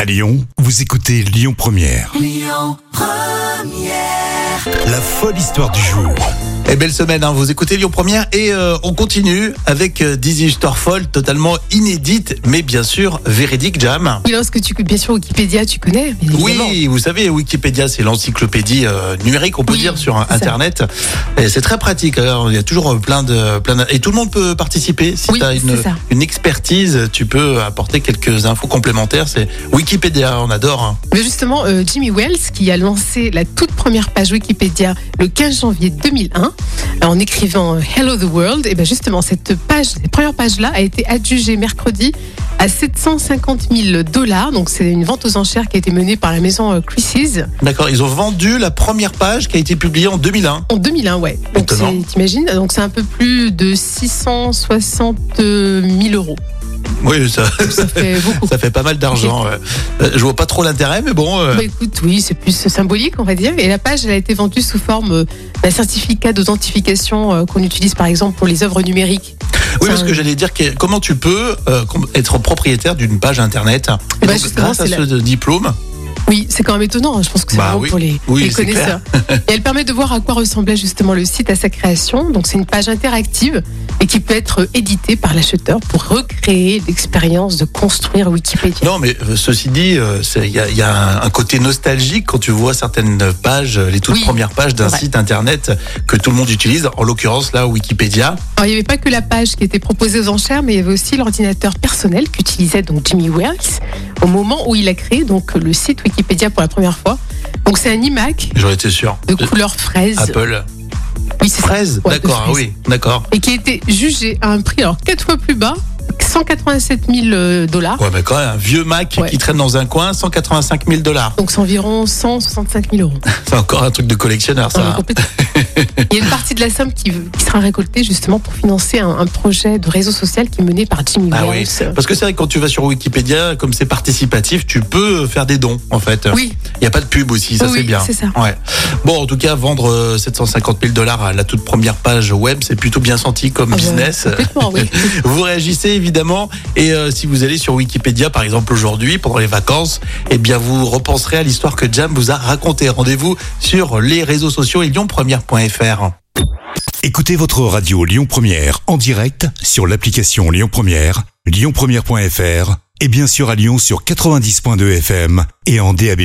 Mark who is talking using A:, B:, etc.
A: À Lyon, vous écoutez Lyon Première. La folle histoire du jour.
B: Et belle semaine, hein. vous écoutez Lyon Première et euh, on continue avec euh, Dizzy Storfold, totalement inédite, mais bien sûr véridique, Jam.
C: Lorsque tu bien sûr Wikipédia, tu connais. bien évidemment.
B: Oui, vous savez, Wikipédia, c'est l'encyclopédie euh, numérique, on peut
C: Oui,
B: dire, sur euh,
C: c'est ça.
B: Internet. Et c'est très pratique. Alors, il y a toujours euh, plein de, plein de- Et tout le monde peut participer. Si
C: Oui,
B: tu as une,
C: c'est ça.
B: une expertise, tu peux apporter quelques infos complémentaires. C'est Wikipédia, on adore. hein.
C: Mais justement, euh, Jimmy Wells, qui a lancé la toute première page Wikipédia le 15 janvier 2001, euh, en écrivant euh, Hello the World, et bien justement, cette page, cette première page-là a été adjugée mercredi à 750 000 dollars. Donc, c'est une vente aux enchères qui a été menée par la maison euh, Christie's
B: D'accord, ils ont vendu la première page qui a été publiée en 2001.
C: en 2001, ouais. Donc,
B: Étonnant.
C: c'est- t'imagines Donc, c'est un peu plus de 660 000 euh, euros.
B: Oui, ça,
C: Ça fait beaucoup.
B: ça fait pas mal d'argent. ouais. Euh, Je vois pas trop l'intérêt, mais bon. euh,
C: Bah, écoute, oui, c'est plus symbolique, on va dire. Et la page, elle a été vendue sous forme euh, d'un certificat d'authentification euh, qu'on utilise par exemple pour les œuvres numériques.
B: Oui,
C: Ça,
B: parce que
C: euh,
B: j'allais dire que- comment tu peux euh, com- être propriétaire d'une page internet Et
C: Bah,
B: donc,
C: justement,
B: grâce à
C: c'est
B: ce diplôme.
C: Oui, c'est quand même étonnant. hein. Je pense que c'est
B: Bah
C: vraiment
B: oui.
C: pour les,
B: Oui,
C: les
B: c'est clair.
C: connaisseurs. Et elle permet de voir à quoi ressemblait justement le site à sa création. Donc c'est une page interactive et qui peut être euh, éditée par l'acheteur pour recréer l'expérience de construire Wikipédia.
B: Non, mais euh, ceci dit, euh, c'est- il y a, il y a un- un côté nostalgique quand tu vois certaines pages, euh, les toutes
C: Oui,
B: premières pages d'un
C: c'est vrai.
B: site internet que tout le monde utilise. En l'occurrence, là, Wikipédia.
C: Alors, il n'y avait pas que la page qui était proposée aux enchères, mais il y avait aussi l'ordinateur personnel qu'utilisait donc Jimmy Wells au moment où il a créé donc le site Wikipédia pour la première fois. Donc c'est un iMac
B: J'en étais sûr.
C: de couleur fraise.
B: Apple.
C: Oui,
B: Euh,
C: c'est ça.
B: ah, Fraise.
C: Ouais, de
B: d'accord. ah
C: fraise.
B: oui, d'accord.
C: Et qui a été jugé à un prix alors quatre fois plus bas, 187 000 euh, dollars.
B: Ouais, mais quand même, un vieux Mac
C: Ouais.
B: qui traîne dans un coin, 185 000 dollars.
C: Donc c'est environ 165 000 euros.
B: C'est encore un truc de collectionneur, ça.
C: Non, mais
B: hein.
C: complètement. Il y a une partie de la somme qui, qui sera récoltée justement pour financer un, un projet de réseau social qui est mené par Jimmy
B: Ah oui,
C: Wells.
B: parce que c'est vrai que quand tu vas sur Wikipédia, comme c'est participatif, tu peux faire des dons en fait.
C: Oui, Ah
B: Il n'y a pas de pub aussi, ça
C: Oui,
B: c'est bien.
C: c'est ça.
B: Ouais. Bon, en tout cas, vendre euh, 750 000 dollars à la toute première page web, c'est plutôt bien senti comme
C: Ah bah,
B: business.
C: complètement, oui.
B: vous réagissez évidemment, et euh, si vous allez sur Wikipédia, par exemple aujourd'hui, pendant les vacances, eh bien vous repenserez à l'histoire que Jam vous a racontée. Rendez-vous sur les réseaux sociaux et lyonpremière.fr.
A: Écoutez votre radio Lyon Première en direct sur l'application Lyon Première, lyonpremière.fr et bien sûr à Lyon sur 90.2 FM et en DAB+.